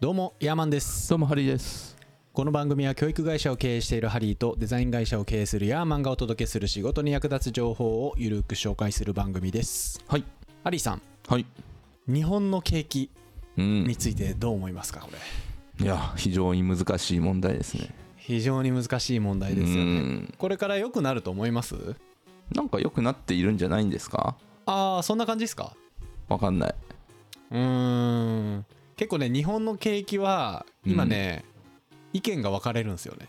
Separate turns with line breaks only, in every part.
どうもヤーマンです
どうもハリーです。
この番組は教育会社を経営しているハリーとデザイン会社を経営するヤーマンがお届けする仕事に役立つ情報をゆるく紹介する番組です
はい
ハリーさん
はい。
日本の景気
うん。
に
い
ついてどう思いますかこれ
や非常に難しい問題ですね。
非常に難しい問題ですよ
う
ね
ん
これから良くなると思います
なんか良くなっているんじゃないんですか？
ああそんな感じですか
わかんない。
うーん結構ね日本の景気は今ね、意見が分かれるんですよね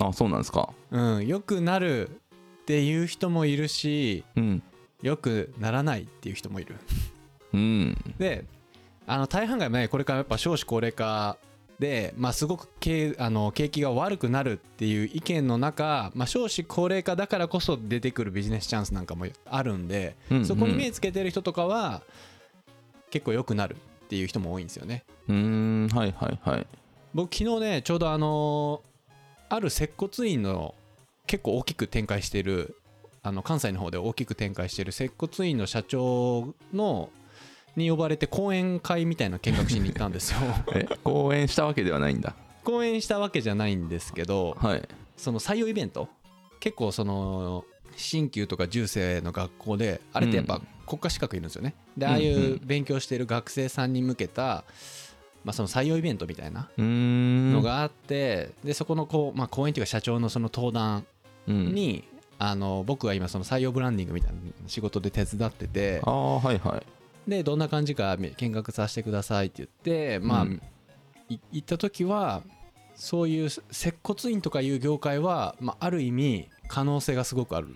あそうなんですか。
うん良くなるっていう人もいるし
うん
良くならないっていう人もいる
うん
であの大半がねこれからやっぱ少子高齢化で、まあ、すごく経あの景気が悪くなるっていう意見の中、まあ、少子高齢化だからこそ出てくるビジネスチャンスなんかもあるんで、
うん。
そこに目つけてる人とかは結構良くなるっていう人も多いんですよね。
うんはいはいはい。
僕昨日ねちょうどあのーある接骨院の結構大きく展開しているあの関西の方で大きく展開している接骨院の社長のに呼ばれて講演会みたいな見学しに行ったんです よ
え講演したわけではないんだ。
講演したわけじゃないんですけど
はい。
その採用イベント結構その新旧とか中世の学校であれってやっ
う
ぱ
ん
国家資格いるんですよね、で
うん
ああい
うん
う勉強している学生さんに向けた、まあ、その採用イベントみたいな
うーん。
のがあって、でそこのこう、まあ、講演というか社長のその登壇
うん。
に、あの僕は今その採用ブランディングみたいな仕事で手伝ってて
ああはいはい。
でどんな感じかみ見学させてくださいって言ってまあ、
うん
い行った時はそういう接骨院とかいう業界は、まあ、ある意味可能性がすごくある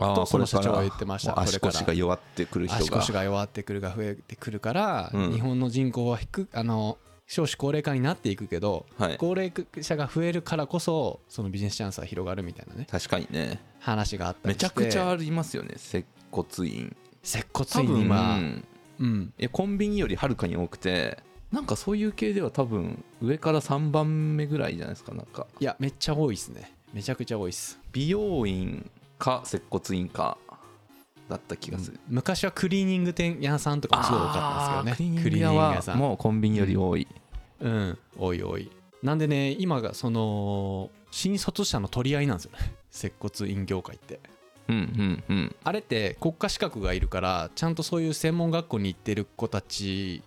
あ
と
ーこれ
その社
から
長は言ってました
もう足
これから
腰が弱ってくる人が。
足腰が弱ってくるが増えてくるから、
うん
日本の人口は低くあの少子高齢化になっていくけど、
はい。
高齢者が増えるからこそそのビジネスチャンスは広がるみたいなね
確かにね。
話があったり
め
し
ち
て
ゃくちゃありますよね接骨院。
接骨院に
う
今
ん
うん
いやコンビニよりはるかに多くてなんかそういう系では多分上から3番目ぐらいじゃないですかなんか
いやめっちゃ多いですねめちゃくちゃ多いです
美容院か接骨院かだった気がする、
昔はクリーニング店屋さんとかもすごい多かったんですけどね
あークリーニング屋は
さん
もうコンビニより多い、
うん多い多いなんでね今がその新卒者の取り合いなんですよね 接骨院業界って
うん、うんうん
あれって国家資格がいるからちゃんとそういう専門学校に行ってる子たち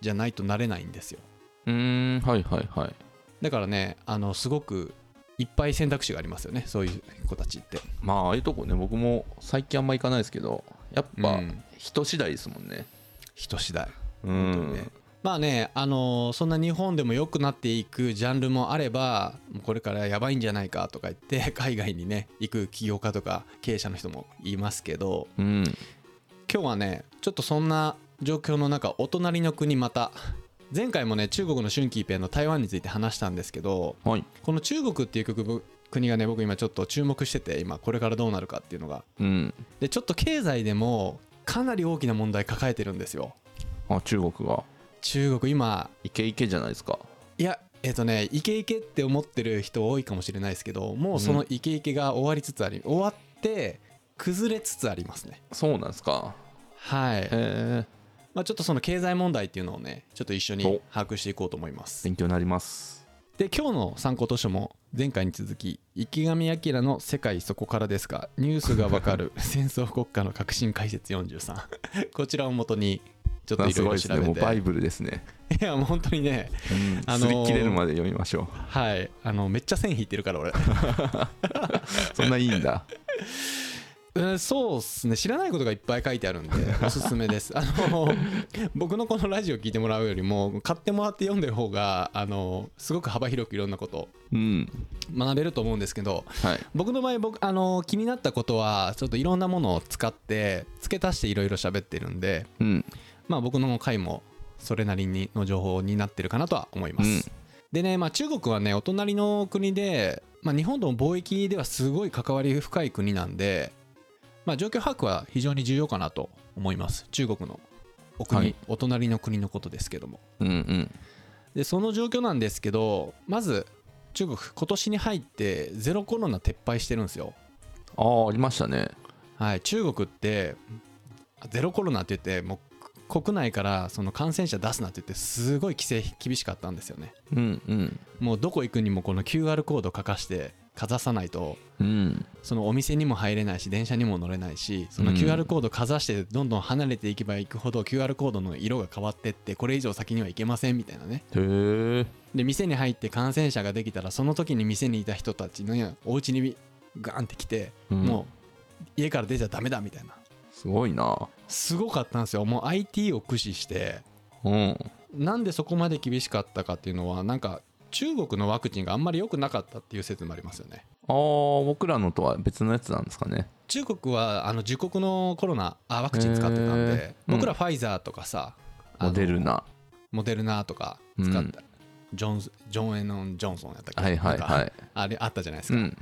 じゃないとなれないんですよ
うーんはいはいはい
だからねあのすごくいっぱい選択肢がありますよねそういう子たちって
まあああいうとこね僕も最近あんま行かないですけどやっ
う
ぱ
ん
人次第ですもんね
人次第
うん
本当にねまあねあのーそんな日本でも良くなっていくジャンルもあればもうこれからやばいんじゃないかとか言って 海外にね行く起業家とか経営者の人もいますけど
うん
今日はねちょっとそんな状況の中お隣の国また前回もね中国の春季一平の台湾について話したんですけど
はい
この中国っていう国国がね僕今ちょっと注目してて今これからどうなるかっていうのが
うん
でちょっと経済でもかなり大きな問題抱えてるんですよ
あ中国が
中国今
イケイケじゃないですか
いやえっ、とねイケイケって思ってる人多いかもしれないですけどもうそのイケイケが終わりつつあり、終わって崩れつつありますね
そうなんですか
はい、
へえ
まあ、ちょっとその経済問題っていうのをねちょっと一緒に
お
把握していこうと思います
勉強になります
で今日の参考図書も前回に続き池上彰の「世界そこからですかニュースがわか る戦争国家の革新解説43」こ ちらをもとにちょっとい
す
ろい
ご
ろ
いです
調
ね。
べ
もう
て
バイブルですね。
いやもう本当にねあの
擦
ー
り切れるまで読みましょ
はいあのめっちゃ線引いてるから俺
う。そんないい んだ。
うんそうっすね知らないことがいっぱい書いてあるんでおすすめですあの僕のこのラジオ聞いてもらうよりも買ってもらって読んでる方があのすごく幅広くいろんなこと
うん。
学べると思うんですけど
はい。
僕の場合僕あの気になったことはちょっといろんなものを使って付け足していろいろ喋ってるんで
うん。
まあ僕の回もそれなりにの情報になってるかなとは思います、
うん
でね、まあ、中国はねお隣の国で、まあ、日本との貿易ではすごい関わり深い国なんで、まあ、状況把握は非常に重要かなと思います中国のお国、
はい
お隣の国のことですけども
うんうん。
でその状況なんですけどまず中国今年に入ってゼロコロナ撤廃してるんですよ
ああ、ありましたね。
はい、中国ってゼロコロナって言ってもう国内からその感染者出すなって言ってすごい規制厳しかったんですよね
うんうん
もうどこ行くにもこの QR コード書かしてかざさないと
うん
そのお店にも入れないし電車にも乗れないしその
うん
QR コードかざしてどんどん離れていけばいくほど QR コードの色が変わってってこれ以上先には行けませんみたいなね
へえ
で店に入って感染者ができたらその時に店にいた人たちのお家にガンって来て、
うん
もう家から出ちゃダメだみたいな
すごいな
すごかったんですよもう IT を駆使して
うん
なんでそこまで厳しかったかっていうのはなんか中国のワクチンがあんまり良くなかったっていう説もありますよね
あー僕らのとは別のやつなんですかね
中国はあの自国のコロナあワクチン使ってたんで、
へーうん
僕らファイザーとかさあの
モデルナ
モデルナとか使った、ジョンズジョン・エノン・ジョンソンやったっけ
はいはいは
なん
い
かあれあったじゃないです
う
か、
ん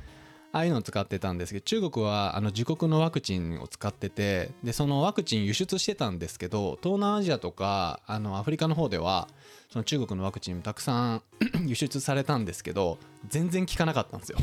ああいうのを使ってたんですけど中国はあの自国のワクチンを使っててでそのワクチン輸出してたんですけど東南アジアとかあのアフリカの方ではその中国のワクチンたくさん 輸出されたんですけど全然効かなかったんですよ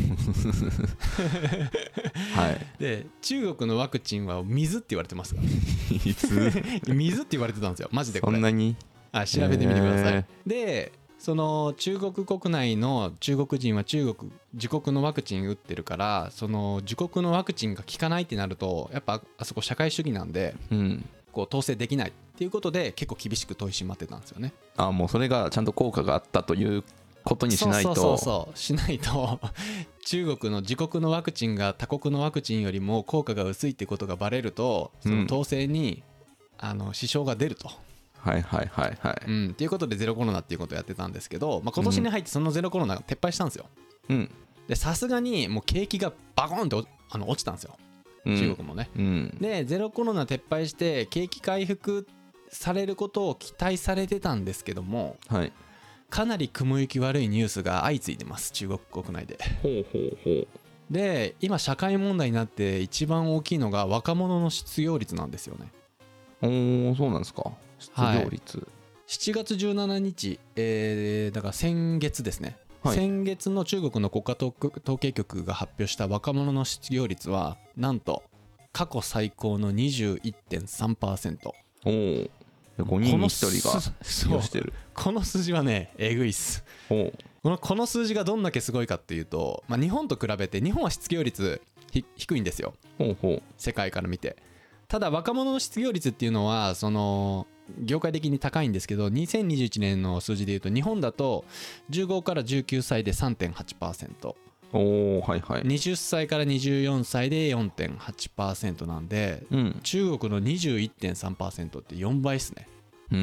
はい
で中国のワクチンは水って言われてますから
いつ
水って言われてたんですよマジで
そ
これ
んなに
あ調べてみてください、
へ
でその中国国内の中国人は中国自国のワクチン打ってるからその自国のワクチンが効かないってなるとやっぱあそこ社会主義なんで
うん
こう統制できないっていうことで結構厳しく問い締まってたんですよね
あもうそれがちゃんと効果があったということにしない
そ
と
うそうそうそうしないと 中国の自国のワクチンが他国のワクチンよりも効果が薄いってことがバレるとその統制に、あの支障が出ると
はいはいはいはい
うん、っていうことでゼロコロナっていうことをやってたんですけど、まあ、今年に入ってそのゼロコロナが撤廃したんですよ
うん、
でさすがにもう景気がバコンっておあの落ちたんですよ
うん、
中国もね、
うん
でゼロコロナ撤廃して景気回復されることを期待されてたんですけども
はい
かなり雲行き悪いニュースが相次いでます中国国内で
ほうほうほう
で今社会問題になって一番大きいのが若者の失業率なんですよね
おおそうなんですか失業率、
7月17日、えーだから先月ですね、
はい
先月の中国の国家統計統計局が発表した若者の失業率はなんと過去最高の21.3%こ
おおー5人に1人が失業してる
この数字はねえぐいっす
おお
このこの数字がどんだけすごいかっていうと、まあ、日本と比べて日本は失業率ひ低いんですよ
ほうほ
世界から見てただ若者の失業率っていうのはその業界的に高いんですけど2021年の数字でいうと日本だと15から19歳で 3.8%20
うおおはいはい
歳から24歳で4.8%なんで
うん
中国の21.3%って4倍ですね
うー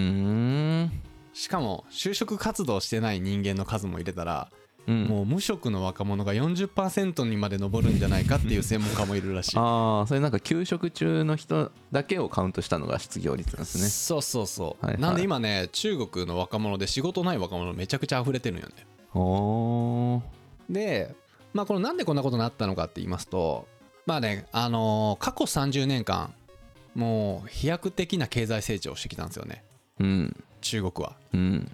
ん
しかも就職活動してない人間の数も入れたら
うん
もう無職の若者が40%にまで上るんじゃないかっていう専門家もいるらしい
ああそれなんか休職中の人だけをカウントしたのが失業率なんですね
そうそうそう、
はいはい
なんで今ね中国の若者で仕事ない若者めちゃくちゃ溢れてるんよね
おー
でまあこのなんでこんなことになったのかって言いますとまあねあのー過去30年間もう飛躍的な経済成長をしてきたんですよね
うん
中国は
うん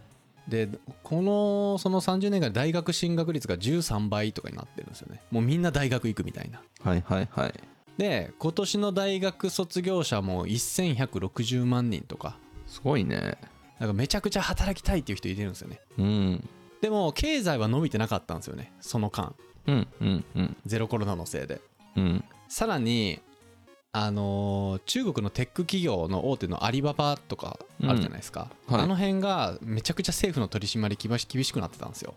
でこのその30年間で大学進学率が13倍とかになってるんですよねもうみんな大学行くみたいな
はいはいはい
で今年の大学卒業者も1160万人とか
すごいね
なんかめちゃくちゃ働きたいっていう人いてるんですよね
うん
でも経済は伸びてなかったんですよねその間
うんうんうん
ゼロコロナのせいで
うん
さらにあのー中国のテック企業の大手のアリババとかあるじゃないですか、
うんはい
あの辺がめちゃくちゃ政府の取り締まり厳し厳しくなってたんですよ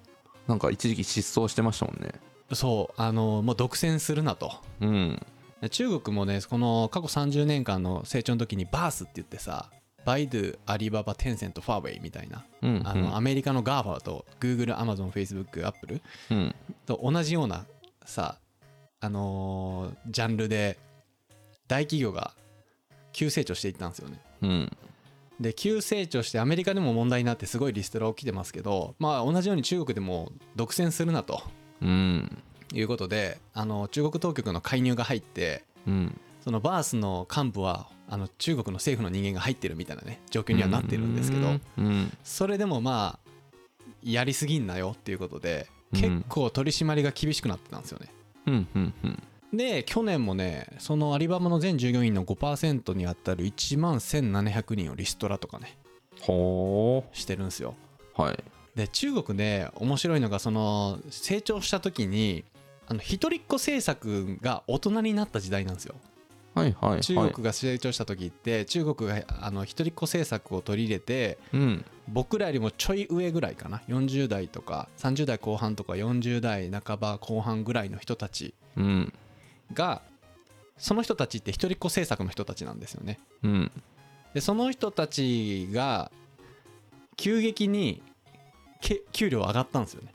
なんか一時期失踪してましたもんね
そうあのーもう独占するなと
うん
中国もねこの過去30年間の成長の時にバースって言ってさバイドゥアリババテンセントファーウェイみたいな
うんうん
あの、アメリカの GAFA と Google、Amazon、Facebook、Apple
うん
と同じようなさあのージャンルで大企業が急成長していったんですよね
うん
で急成長してアメリカでも問題になってすごいリストラ起きてますけどまあ同じように中国でも独占するなと
うん
いうことであの中国当局の介入が入って
うん
そのバースの幹部はあの中国の政府の人間が入ってるみたいなね状況にはなってるんですけど
うん
それでもまあやりすぎんなよっていうことで
うん
結構取り締まりが厳しくなってたんですよね
うんうんうん
で去年もねそのアリババの全従業員の5%にあたる1万1700人をリストラとかね
ほ
してるんですよ
うはい
で中国で面白いのがその成長した時にあの一人っ子政策が大人になった時代なんですよ
はいはいはい
中国が成長した時って中国があの一人っ子政策を取り入れて
うん
僕らよりもちょい上ぐらいかな40代とか30代後半とか40代半ば後半ぐらいの人たち
うん
がその人たちって一人っ子政策の人たちなんですよね
うん
でその人たちが急激にけ給料上がったんですよね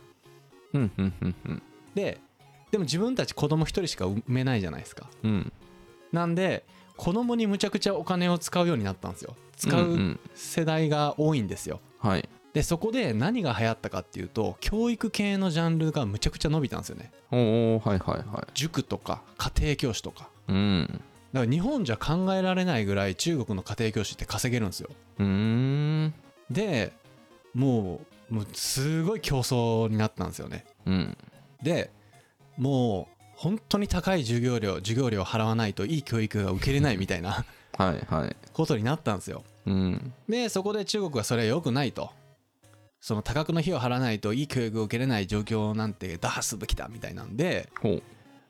うんうんうんうん
ででも自分たち子供一人しか産めないじゃないですか
うん
なんで子供にむちゃくちゃお金を使うようになったんですよ使
ん
うん世代が多いんですよ
はい
でそこで何が流行ったかっていうと教育系のジャンルがむちゃくちゃ伸びたんですよね
おおはいはいは
塾とか家庭教師とか
いうん
だから日本じゃ考えられないぐらい中国の家庭教師って稼げるんですよ
うーん
でもうもうすごい競争になったんですよね
うん
でもう本当に高い授業料授業料を払わないといい教育が受けれないみたいな
はいはい
ことになったんですよ
うん
でそこで中国はそれは良くないとその多額の費用を払わないといい教育を受けれない状況なんて打破すべきだみたいなんで
ほう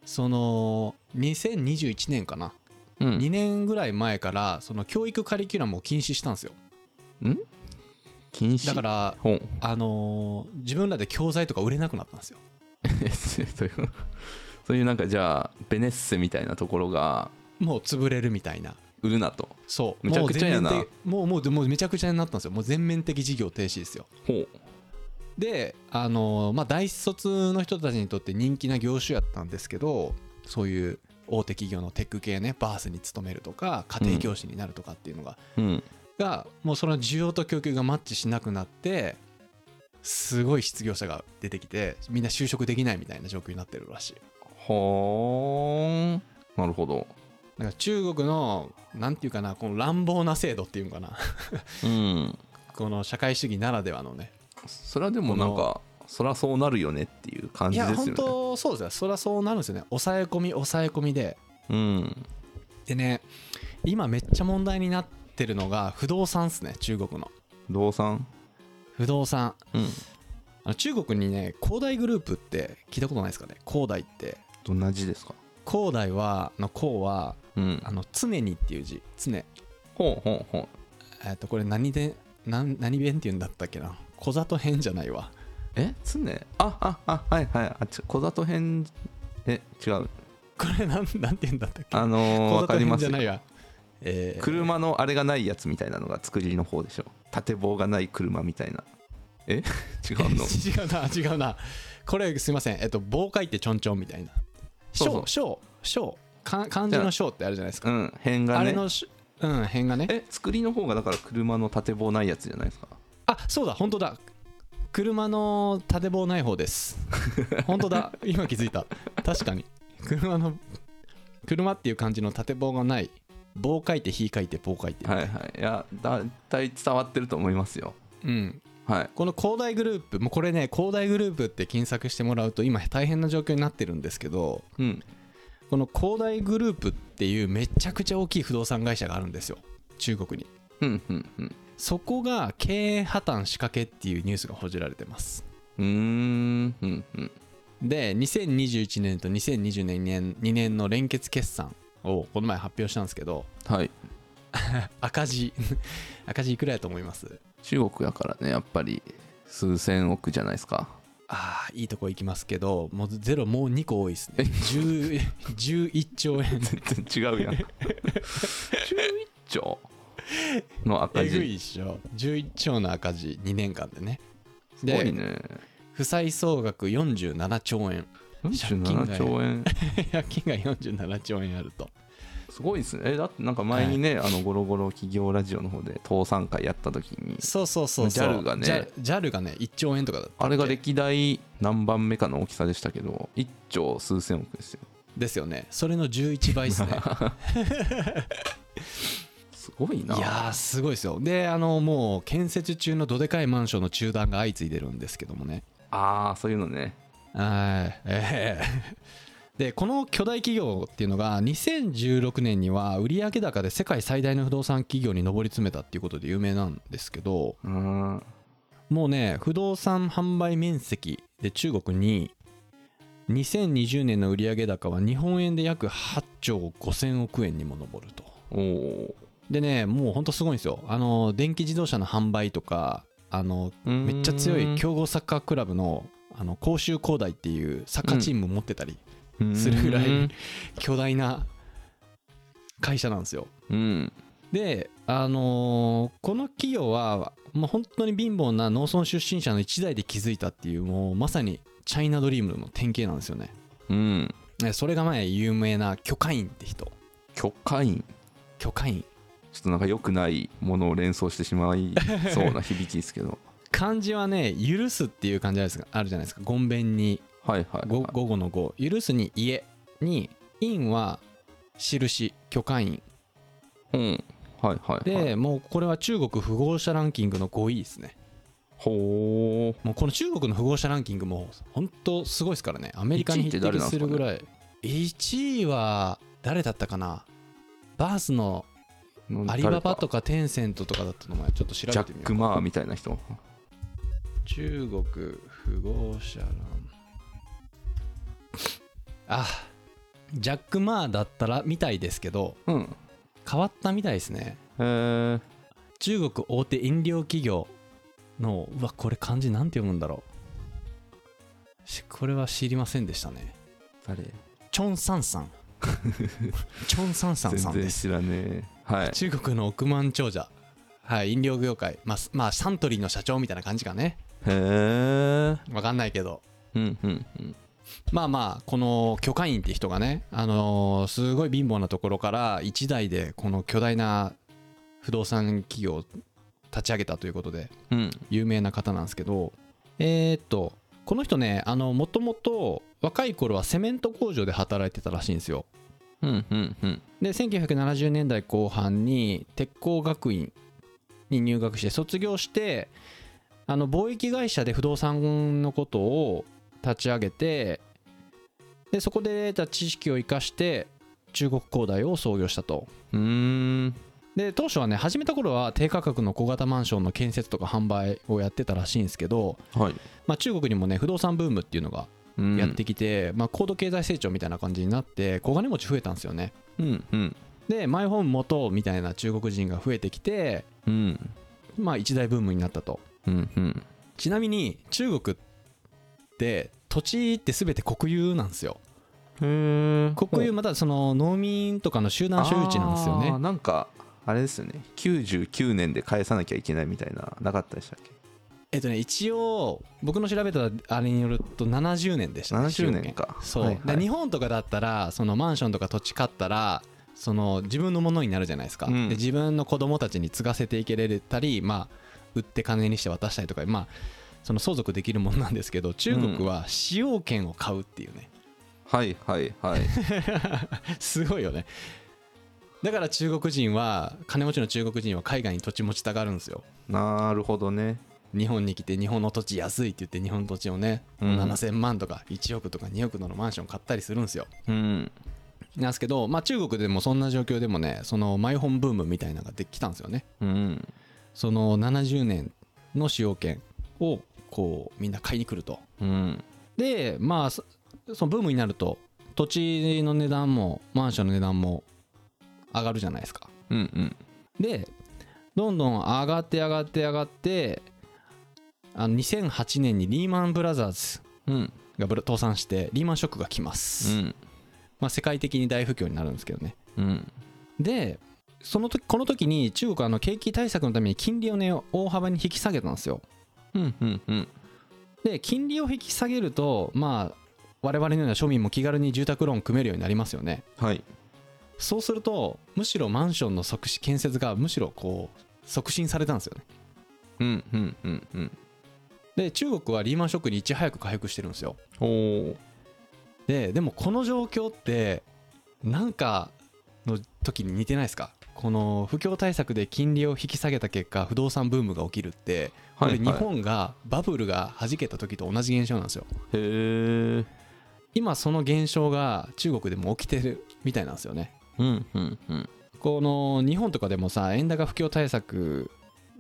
その2021年かな、
うん
2年ぐらい前からその教育カリキュラムを禁止したんですよ
禁止
だから
ほう
あのー自分らで教材とか売れなくなったんですよ
えそういうそういうなんかじゃあベネッセみたいなところが
もう潰れるみたいな
売るなと
そう
むちゃくちゃやな
もう全面的もうもうもうめちゃくちゃになったんですよもう全面的事業停止ですよ
ほう
であのーまあ大卒の人たちにとって人気な業種やったんですけどそういう大手企業のテック系ねバースに勤めるとか家庭教師になるとかっていうのが、
うん
がもうその需要と供給がマッチしなくなってすごい失業者が出てきてみんな就職できないみたいな状況になってるらしい
ほーんなるほど
なんか中国のなんていうかなこの乱暴な制度っていうのかな
うん
この社会主義ならではのね
それはでもなんかそりゃそうなるよねっていう感
い
じです
や
よね
本当そうですよそりゃそうなるんですよね抑え込み抑え込みで
うん
でね今めっちゃ問題になってるのが不動産っすね中国の
動産
不動産
うん
あの中国にね恒大グループって聞いたことないですかね恒大って
どんな字ですか
恒大はの恒は
うん
あの常にっていう字常
ほうほうほう
えっ、とこれ何で何何弁っていうんだったっけな小里編じゃないわ
え常あああはいはいあち小里編え違う
これなんなんて言うんだったっけ
あのー、
小
わか
里
り
編
ます
じゃ
よ
ないわえー
車のあれがないやつみたいなのが作りの方でしょ縦棒がない車みたいなえ 違うの
違うな違うなこれすいませんえっと棒書いてちょんちょんみたいな
そうそう
小小小か漢字の小ってあるじゃないですか
うん辺が
あれ
ね
のしうん辺がね
え作りの方がだから車の縦棒ないやつじゃないですか
あそうだ本当だ車の縦棒ない方です本当 だ今気づいた確かに車の車っていう感じの縦棒がない棒書いて火書いて棒書いて、
はいはいいやだいたい伝わってると思いますよ
うん
はい
この広大グループもうこれね広大グループって検索してもらうと今大変な状況になってるんですけど
うん
この広大グループっていうめちゃくちゃ大きい不動産会社があるんですよ中国に
うんうんうん
そこが経営破綻仕掛けっていうニュースが報じられてます
うーんうんうん
で2021年と2022年2年の連結決算をこの前発表したんですけど
はい
赤字 赤字いくらやと思います
中国やからねやっぱり数千億じゃないですか
あーいいとこ行きますけどもうゼロもう2個多いですね10 11兆円
全然違うやん11兆の赤
えぐ
字
いっしょ11兆の赤字2年間でね
すごいね
負債総額47兆円
47兆円
借金が47兆円あると
すごいですねえだってなんか前にね、あのゴロゴロ企業ラジオの方で倒産会やった時に
そうそうそうそう
JAL がね
JAL JAL がね1兆円とかだったっけ
あれが歴代何番目かの大きさでしたけど1兆数千億ですよ
ですよねそれの11倍 ですね
すごい
い
な
やーすごいですよであのもう建設中のどでかいマンションの中断が相次いでるんですけどもね
ああそういうのね
はいええでこの巨大企業っていうのが2016年には売上高で世界最大の不動産企業に上り詰めたっていうことで有名なんですけど
うんは
もうね不動産販売面積で中国に2020年の売上高は日本円で約8兆5000億円にも上ると
おお
でねもうほんとすごいんですよあの電気自動車の販売とかあのめっちゃ強い強豪サッカークラブのあの甲州工大っていうサッカーチーム持ってたり、するぐらい巨大な会社なんですよ
うん
であのーこの企業はもう本当に貧乏な農村出身者の一代で築いたっていうもうまさにチャイナドリームの典型なんですよね
うん
ねそれが前有名な巨海院って人
許可員
巨海院
ちょっとなんか良くないものを連想してしまいそうな響きです けど
漢字はね「許す」っていう漢字あるじゃないですかあるじゃないですかごんべんに
はいはい、
ご午後の午許すに家に印は印許可印
うんはいはい
で、
はい、
もうこれは中国富豪者ランキングの5位ですね
ほ
もうこの中国の富豪者ランキングも本当すごいですからねアメリカに匹
1位って誰
敵
なん
す
ですか
る
ね
ぐらい1位は誰だったかなバースの
う
アリババとか
か
テンセントとかだったのもちょっと調
ジ
べ
ャ
てみ
ッ
よう
ク・マーみたいな人
中国富豪者ランあジャック・マーだったらみたいですけど
うん
変わったみたいですね
へえ
中国大手飲料企業のうわこれ漢字なんて読むんだろうしこれは知りませんでしたね
誰
チョンサンさ んチョンサンさんさ
全
んで
然
す
知らねえはい
中国の億万長者はい飲料業界まあ、すまあ、サントリーの社長みたいな感じかね
へえ
わかんないけど
うんうんうん
まあまあこの許可員って人がねあのーすごい貧乏なところから一代でこの巨大な不動産企業を立ち上げたということで
うん
有名な方なんですけどえーっとこの人ねあのもともと若い頃はセメント工場で働いてたらしいんですよ
うんうんうん
で1970年代後半に鉄工学院に入学して卒業してあの貿易会社で不動産のことを立ち上げてでそこで得た知識を生かして中国恒大を創業したと
うーん
で当初はね始めた頃は低価格の小型マンションの建設とか販売をやってたらしいんですけど、
はい
まあ、中国にもね不動産ブームっていうのが
うん
やってきて、まあ、高度経済成長みたいな感じになって小金持ち増えたんですよね
うんうん
でマイホーム持とうみたいな中国人が増えてきて
うん
まあ一大ブームになったと
うんうん
ちなみに中国って土地って全て国有なんですよ
へえ
国有またその農民とかの集団所有地なんですよ
あー
ね
なんかあれですよね99年で返さなきゃいけないみたいななかったでしたっけ
えっとね一応僕の調べたあれによると70年でした、ね、
70年か
そう、
はいはい
で日本とかだったらそのマンションとか土地買ったらその自分のものになるじゃないですか、
うん
で自分の子供たちに継がせていけれたり、まあ、売って金にして渡したりとか、まあ、その相続できるものなんですけど中国は使用権を買うっていうね、
はいはいはい
すごいよねだから中国人は金持ちの中国人は海外に土地持ちたがるんですよ
なるほどね
日本に来て日本の土地安いって言って日本の土地をね、
うん
7000万とか1億とか2億のマンション買ったりするんですよ
うん
なんですけど、まあ、中国でもそんな状況でもねそのマイホームブームみたいなのができたんですよね
うん
その70年の使用権をこうみんな買いに来ると
うん
でまあそそのブームになると土地の値段もマンションの値段も上がるじゃないですか
うんうん
でどんどん上がって上がって上がってあの2008年にリーマン・ブラザーズ
うん
がぶら倒産してリーマンショックが来ま
う
す、
ん
まあ、世界的に大不況になるんですけどね
うん
でその時この時に中国はあの景気対策のために金利をね大幅に引き下げたんですよ
うんうんうん
で金利を引き下げるとまあ我々のような庶民も気軽に住宅ローン組めるようになりますよね
はい
そうするとむしろマンションの促進建設がむしろこう促進されたんですよね
うんうんうんうん
で中国はリーマンショックにいち早く回復してるんですよ
おお
ででもこの状況ってなんかの時に似てないですかこの不況対策で金利を引き下げた結果不動産ブームが起きるってこれ日本がバブルが弾けた時と同じ現象なんですよ
へえ
今その現象が中国でも起きてるみたいなんですよね
うんうんうん
この日本とかでもさ円高不況対策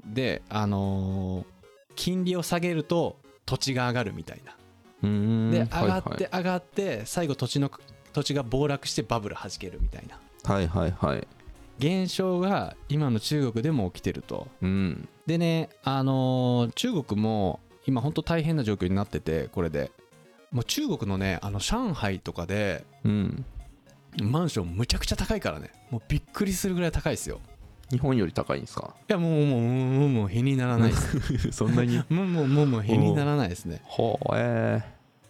であのー金利を下げると土地が上がるみたいな
うーん
で上
はい
がって上がって最後土地の土地が暴落してバブル弾けるみたいな
はいはいはいはい
現象が今の中国でも起きてると
うん
でねあのー中国も今本当大変な状況になっててこれでもう中国のねあの上海とかで
うん
マンションむちゃくちゃ高いからねもうびっくりするぐらい高いですよ
日本より高いんですか
いやもうもうもうもうもう比にならないです
そんなに
もうもうもうもう比にならないですね
ほうえ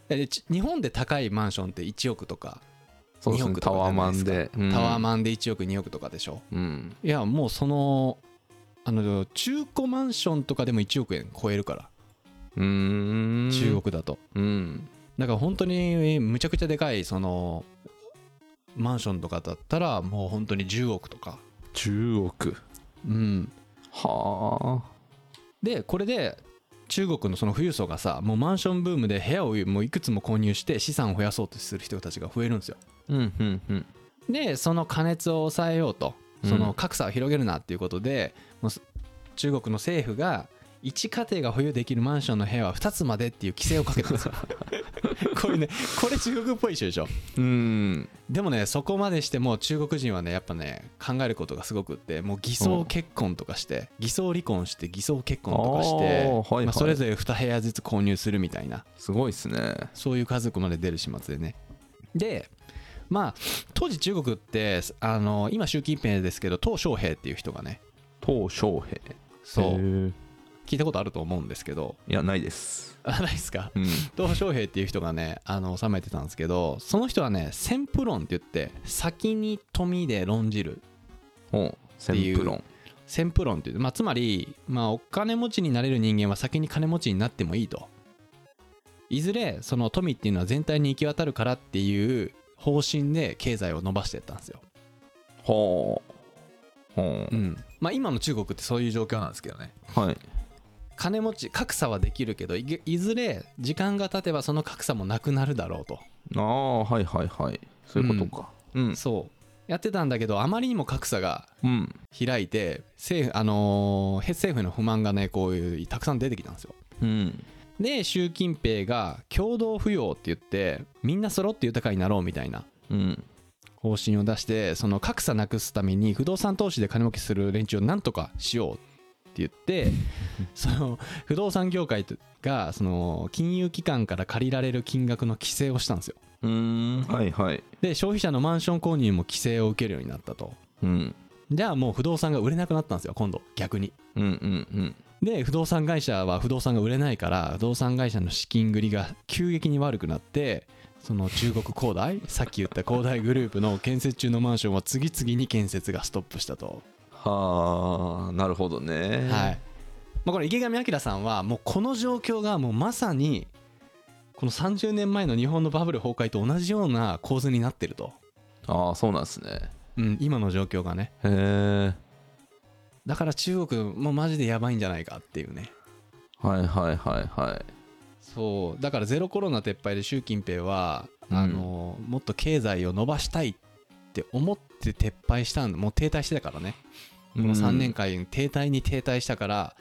いやでち日本で高いマンションって1億とか
ー、そうです
2
ね
億と
タ
かじ
ワー
ゃな
マ
い
ン
すか
で、
タワー
ン
マンで1億2億とかでしょ
うん
いやもうそのあの中古マンションとかでも1億円超えるから、
うーん
中国だと
うん
だから本当にむちゃくちゃでかいそのマンションとかだったらもう本当に10億とか
10億
うん
はあ
でこれで中国のその富裕層がさもうマンションブームで部屋をもういくつも購入して資産を増やそうとする人たちが増えるんですよ
うんうんうん
でその過熱を抑えようと
うん
その格差を広げるなっていうことで、もうす中国の政府が1家庭が保有できるマンションの部屋は2つまでっていう規制をかけたんですよこれねこれ中国っぽい一緒でしょ
うん
でもねそこまでしてもう中国人はねやっぱね考えることがすごくってもう偽装結婚とかして偽装離婚して偽装結婚とかし
あ
て、
ーはいはい
まあ、それぞれ2部屋ずつ購入するみたいな
すごいっすね
そういう家族まで出る始末でねでまあ当時中国ってあの今習近平ですけど鄧小平っていう人がね
鄧小平
そう
う
聞いたことあると思うんですけど
いやないです
あないですか
うん
鄧小平っていう人がねあの治めてたんですけどその人はね先プ論って言って先に富で論じる
おうセンプロン
先プ論っていう、まあ、つまり、まあ、お金持ちになれる人間は先に金持ちになってもいいといずれその富っていうのは全体に行き渡るからっていう方針で経済を伸ばしてったんですよ、
ほうほ
う
う
んまあ、今の中国ってそういう状況なんですけどね
はい
金持ち格差はできるけどいいずれ時間が経てばその格差もなくなるだろうと
ああはいはいはいそういうことかうん
そうやってたんだけどあまりにも格差が
うん
開いて政府あのー政府への不満がねこういうたくさん出てきたんですよ
うん
で習近平が共同扶養って言ってみんな揃って豊かになろうみたいな
うん
方針を出してその格差なくすために不動産投資で金儲けする連中をなんとかしようって言ってその不動産業界がその金融機関から借りられる金額の規制をしたんですよ
うーんはいはい
で消費者のマンション購入も規制を受けるようになったと
うん
じゃあもう不動産が売れなくなったんですよ今度逆に
うんうん
で不動産会社は不動産が売れないから不動産会社の資金繰りが急激に悪くなってその中国恒大さっき言った恒大グループの建設中のマンションは次々に建設がストップしたと、
はあなるほどね
はいまあ、これ池上彰さんはもうこの状況がもうまさにこの30年前の日本のバブル崩壊と同じような構図になってると、
ああそうなんですね
うん、今の状況がね
へえ
だから中国もうマジでやばいんじゃないかっていうね
はいはいはいはい
そうだからゼロコロナ撤廃で習近平は、
うん
あのもっと経済を伸ばしたいって思って撤廃したのもう停滞してたからねこ
こ
の3年間停滞に停滞したから、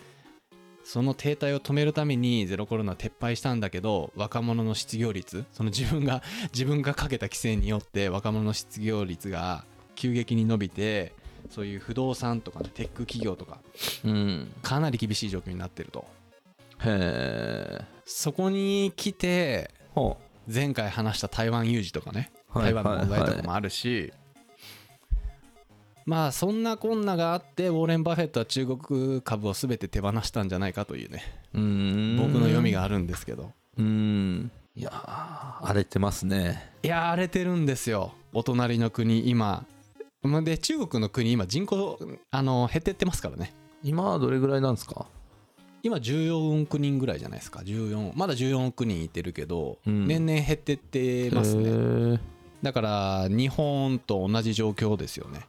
その停滞を止めるためにゼロコロナ撤廃したんだけど若者の失業率その自分が 自分がかけた規制によって若者の失業率が急激に伸びてそういう不動産とか、ね、テック企業とか
うん
かなり厳しい状況になってると
へえ
そこに来て
ほ
前回話した台湾有事とかね、
はい
台湾の問題とかもあるし、まあそんなこんながあってウォーレン・バフェットは中国株を全て手放したんじゃないかというね
ううーん
僕の読みがあるんですけど
うんいやー荒れてますね
いや荒れてるんですよお隣の国今まあで中国の国今人口あの減ってってますからね
今はどれぐらいなんですか
今14億人ぐらいじゃないですか14まだ14億人いてるけど、
うん
年々減ってってます
へ
ね
ー
だから日本と同じ状況ですよね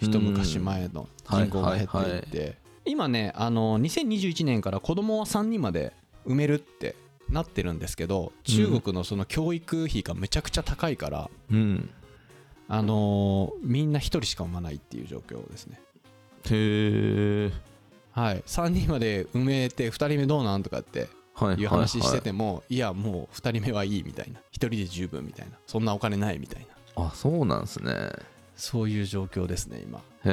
一昔前の人口が減っていって、今ねあの2021年から子供は3人まで埋めるってなってるんですけど中国のその教育費がめちゃくちゃ高いから、
うん
あのーみんな1人しか産まないっていう状況ですね
へえ
はい3人まで産めて2人目どうなんとかって
はい
いう話してても、いやもう2人目はいいみたいな1人で十分みたいなそんなお金ないみたいな
はいはいあそうなんですね
そういう状況ですね今
へ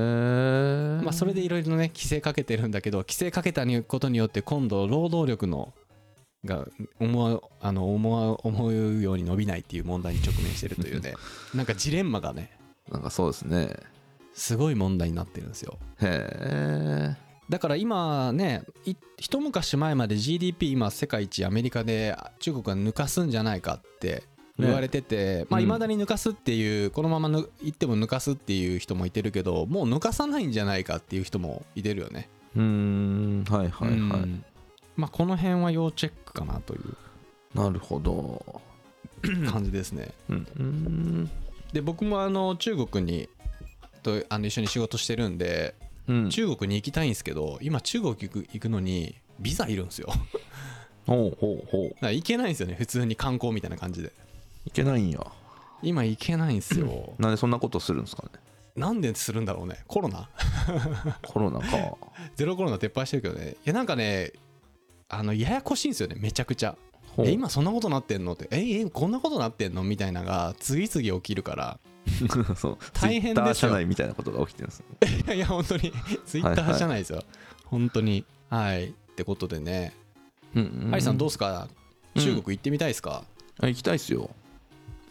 え
まあ、それでいろいろね規制かけてるんだけど規制かけたことによって今度労働力のが思うあの思う思うように伸びないっていう問題に直面してるという ねなんかジレンマがね
なんかそうですね
すごい問題になってるんですよ
へえ
だから今ねい一昔前まで GDP 今世界一アメリカで中国が抜かすんじゃないかって言われてて、まあ
うん
いまだに抜かすっていうこのままぬ行っても抜かすっていう人もいてるけどもう抜かさないんじゃないかっていう人もいてるよね
うーんはいはいはい、
うんまあ、この辺は要チェックかなという
なるほど
感じですね。
うんうん
で僕もあの中国にとあの一緒に仕事してるんで
うん
中国に行きたいんですけど今中国行く行くのにビザいるんですよ だか
ほうほうほう
ら行けないんですよね普通に観光みたいな感じで
いけないんや
今行けないんですよ
なんでそんなことするんですかね
なんでするんだろうねコロナ
コロナか
ゼロコロナ撤廃してるけどねいやなんかねあのややこしいんですよねめちゃくちゃ
ほ う
え今そんなことなってんのってええこんなことなってんのみたいなのが次々起きるから
そう
大変ですよ
Twitter 社内みたいなことが起きてるんですね
いやいや本 当にツイッターじゃないですよ、本当にはいってことでね、
うん
アリさんどうっ
う
すか
うん
中国行ってみたいですか、
あ行きたいっすよ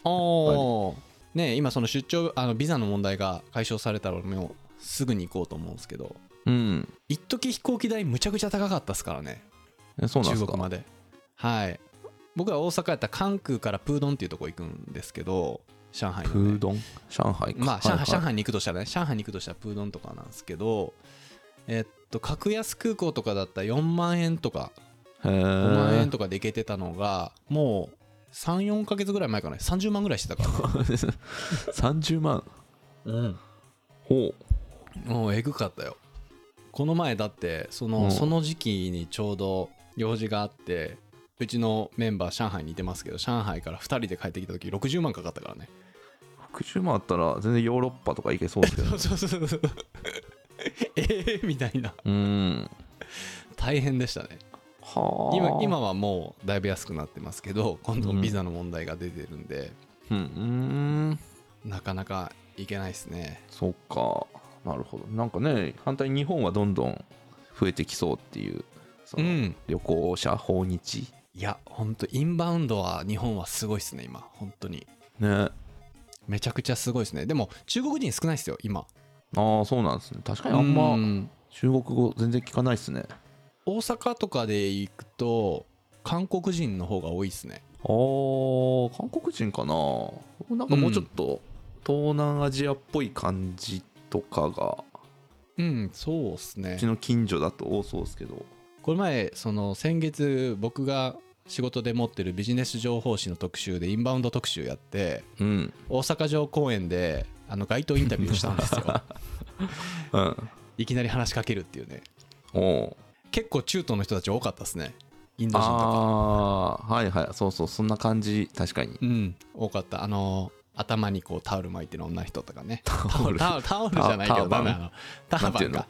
あーねえ今その出張あのビザの問題が解消されたらもうすぐに行こうと思うんですけど
うん
一時飛行機代むちゃくちゃ高かったですからね
えそうなんで
中
す
国ま
か
ではい僕は大阪やったら関空からプードンっていうとこ行くんですけど上海のね
プードン上海か
まあ、上
はい
海
はい
上海に行くとしたらね、上海に行くとしたらプードンとかなんですけど、えっと、格安空港とかだったら4万円とか、
へ
5万円
え
とかで行けてたのが、もう3、4ヶ月ぐらい前かな、30万ぐらいしてた か
30万
ら、うん、
ほう
もうえぐかったよ。この前だってその、
うん
その時期にちょうど用事があって、うちのメンバー、上海にいてますけど、上海から2人で帰ってきた時60万かかったからね。
60万あったら全然ヨーロッパとか行けそうですけ ど
そうそうそうそう。ええみたいな。
うん
大変でしたね。
はあ
今今はもうだいぶ安くなってますけど今度ビザの問題が出てるんで、
うんうん
なかなか行けないですね
そっかなるほどなんかね反対に日本はどんどん増えてきそうっていうその
ん
旅行者訪日
いやほんとインバウンドは日本はすごいですね今本当に
ねあ
めちゃくちゃすごいですねでも中国人少ないですよ今
あそうなんですね確かにあん
う
ま
ん
中国語全然聞かないっすね
大阪とかで行くと韓国人の方が多いですね
あー韓国人かななんかもうちょっと東南アジアっぽい感じとかが
うんそうっすね
うちの近所だと多そうですけど
この前その先月僕が仕事で持ってるビジネス情報誌の特集でインバウンド特集やって
うん
大阪城公園であの街頭インタビューしたんです よ
うん
いきなり話しかけるっていうね
おう
結構中東の人たち多かったですねインド人とか
ああはいはいそうそうそんな感じ確かに
うん多かったあの頭にこうタオル巻いてる女の人とか ねタオルタオルタオルじゃないけど
タ
ダ
オ
メ
バン
あのター
なんて
バ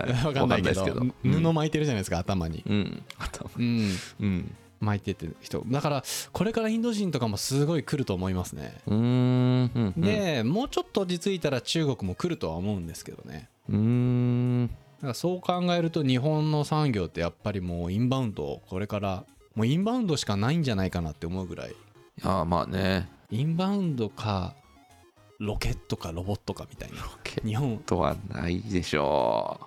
い
ン
う
か
のはい
分かんないけど
わかんないですけど
布巻いてるじゃないですか頭に
うん頭
うん
うん
巻いてってる人だからこれからインド人とかもすごい来ると思いますね
うーんうんうん
で、もうちょっと落ち着いたら中国も来るとは思うんですけどね
うーん
だからそう考えると日本の産業ってやっぱりもうインバウンドこれからもうインバウンドしかないんじゃないかなって思うぐらい
いやーまあね
インバウンドかロケットかロボットかみたいな
ロケッ
日本
トはないでしょ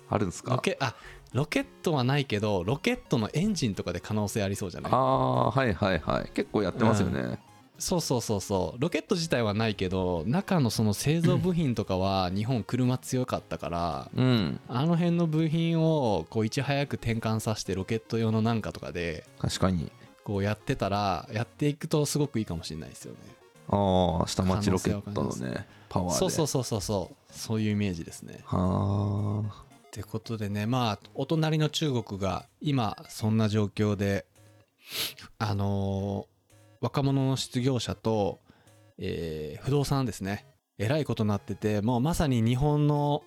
うあるんです
ロ
か
ケあロケットはないけどロケットのエンジンとかで可能性ありそうじゃない
ああーはいはいはい結構やってますよね、
そうそうそうそうロケット自体はないけど中のその製造部品とかは日本車強かったから
うん、
あの辺の部品をこういち早く転換させてロケット用のなんかとかで
確かに。
こうやってたらやっていくとすごくいいかもしれないですよね
ああ、下町ロケットのね、パワーで。
そうそうそうそうそうそういうイメージですね
はあ、
ってことでねまあお隣の中国が今そんな状況であのー若者の失業者と、えー不動産ですねえらいことになっててもうまさに日本の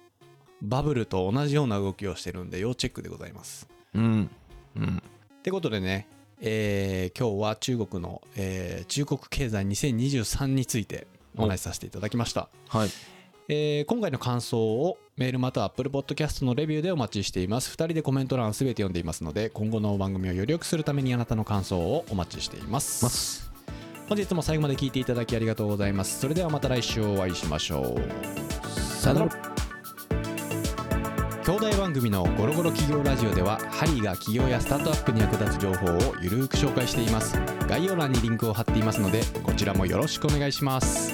バブルと同じような動きをしてるんで要チェックでございます。
うんうん
ってことでね、えー今日は中国の、えー中国経済2023についてお話しさせていただきました。
はい
えー今回の感想をメールまたは Apple Podcast のレビューでお待ちしています2人でコメント欄すべて読んでいますので今後の番組をより良くするためにあなたの感想をお待ちしています
ます
本日も最後まで聞いていただきありがとうございますそれではまた来週お会いしましょう
さよなら
兄弟番組の「ゴロゴロ企業ラジオ」ではハリーが企業やスタートアップに役立つ情報をゆるーく紹介しています概要欄にリンクを貼っていますのでこちらもよろしくお願いします